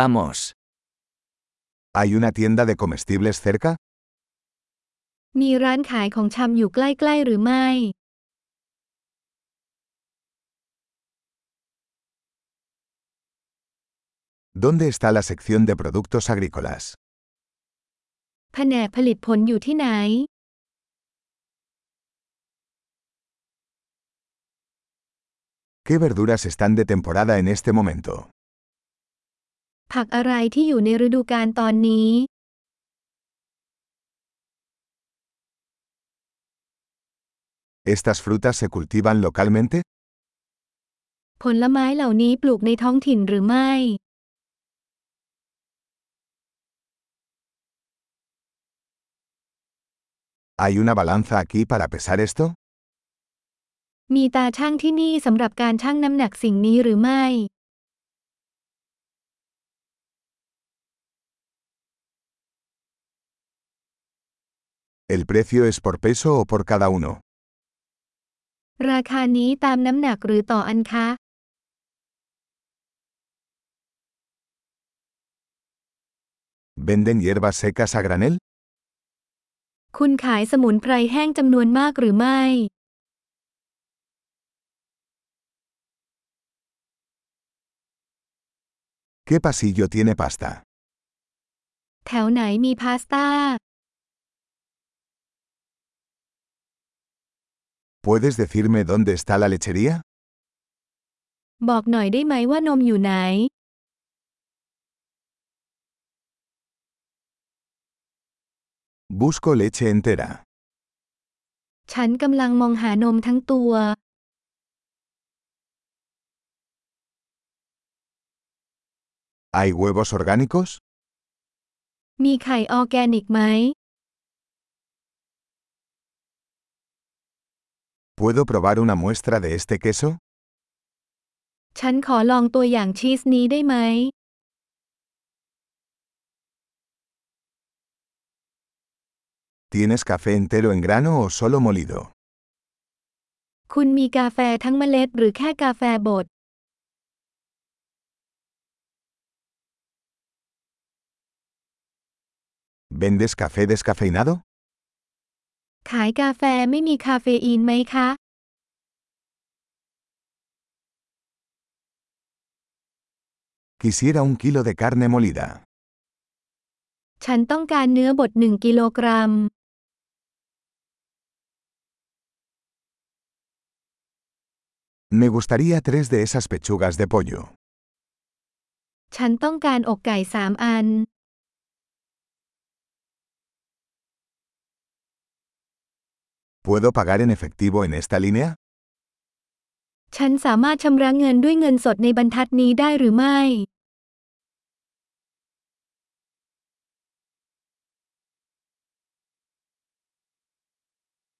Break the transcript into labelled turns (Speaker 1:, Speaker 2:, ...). Speaker 1: Vamos.
Speaker 2: ¿Hay una tienda de comestibles cerca?
Speaker 3: มีร้านขายของชำอยู่ใกล้ๆหรือไม่
Speaker 2: ¿Dónde está la sección de productos agrícolas?
Speaker 3: แผนกผลิตผลอยู่ที่ไหน
Speaker 2: ¿Qué verduras están de temporada en este momento?
Speaker 3: ผักอะไรที่อยู่ในฤดูกาลตอนนี้
Speaker 2: ¿Estas frutas se cultivan localmente?
Speaker 3: ผลไม้เหล่านี้ปลูกในท้องถิ่นหรือไม่
Speaker 2: ¿Hay una balanza aquí para pesar esto?
Speaker 3: มีตาช่างที่นี่สำหรับการชั่งน้ำหนักสิ่งนี้หรือไม่
Speaker 2: ¿El precio es por peso o por cada uno?
Speaker 3: ราคานี้ตามน้ำหนักหรือต่ออันคะ
Speaker 2: ¿Venden hierbas secas a granel?
Speaker 3: คุณขายสมุนไพรแห้งจำนวนมากหรือไม่
Speaker 2: ¿Qué pasillo tiene pasta?
Speaker 3: แถวไหนมีพาสต้า
Speaker 2: ¿Puedes decirme dónde está la lechería?
Speaker 3: บอกหน่อยได้ไหมว่านมอยู่ไหน
Speaker 2: Busco leche entera.
Speaker 3: ฉันกำลังมองหานมทั้งตัว
Speaker 2: ¿Hay huevos orgánicos?
Speaker 3: มีไข่ออร์แกนิกไหม
Speaker 2: ¿Puedo probar una muestra de este queso?
Speaker 3: ฉันขอลองตัวอย่างชีสนี้ได้ไหม
Speaker 2: ¿Tienes café entero en grano o solo molido?
Speaker 3: คุณมีกาแฟทั้งเมล็ดหรือแค่กาแฟบด
Speaker 2: ¿Vendes café descafeinado?
Speaker 3: ขายกาแฟไม่มีคาเฟอีนไหมคะ
Speaker 2: Quisiera un kilo de carne molida.
Speaker 3: ฉันต้องการเนื้อบด1กิโลกรัม
Speaker 2: Me gustaría tres de esas pechugas de pollo.
Speaker 3: ฉันต้องการอกไก่สามอัน
Speaker 2: ¿Puedo pagar en efectivo en esta línea?
Speaker 3: ฉันสามารถชำระเงินด้วยเงินสดในบรรทัดนี้ได้หรือไม่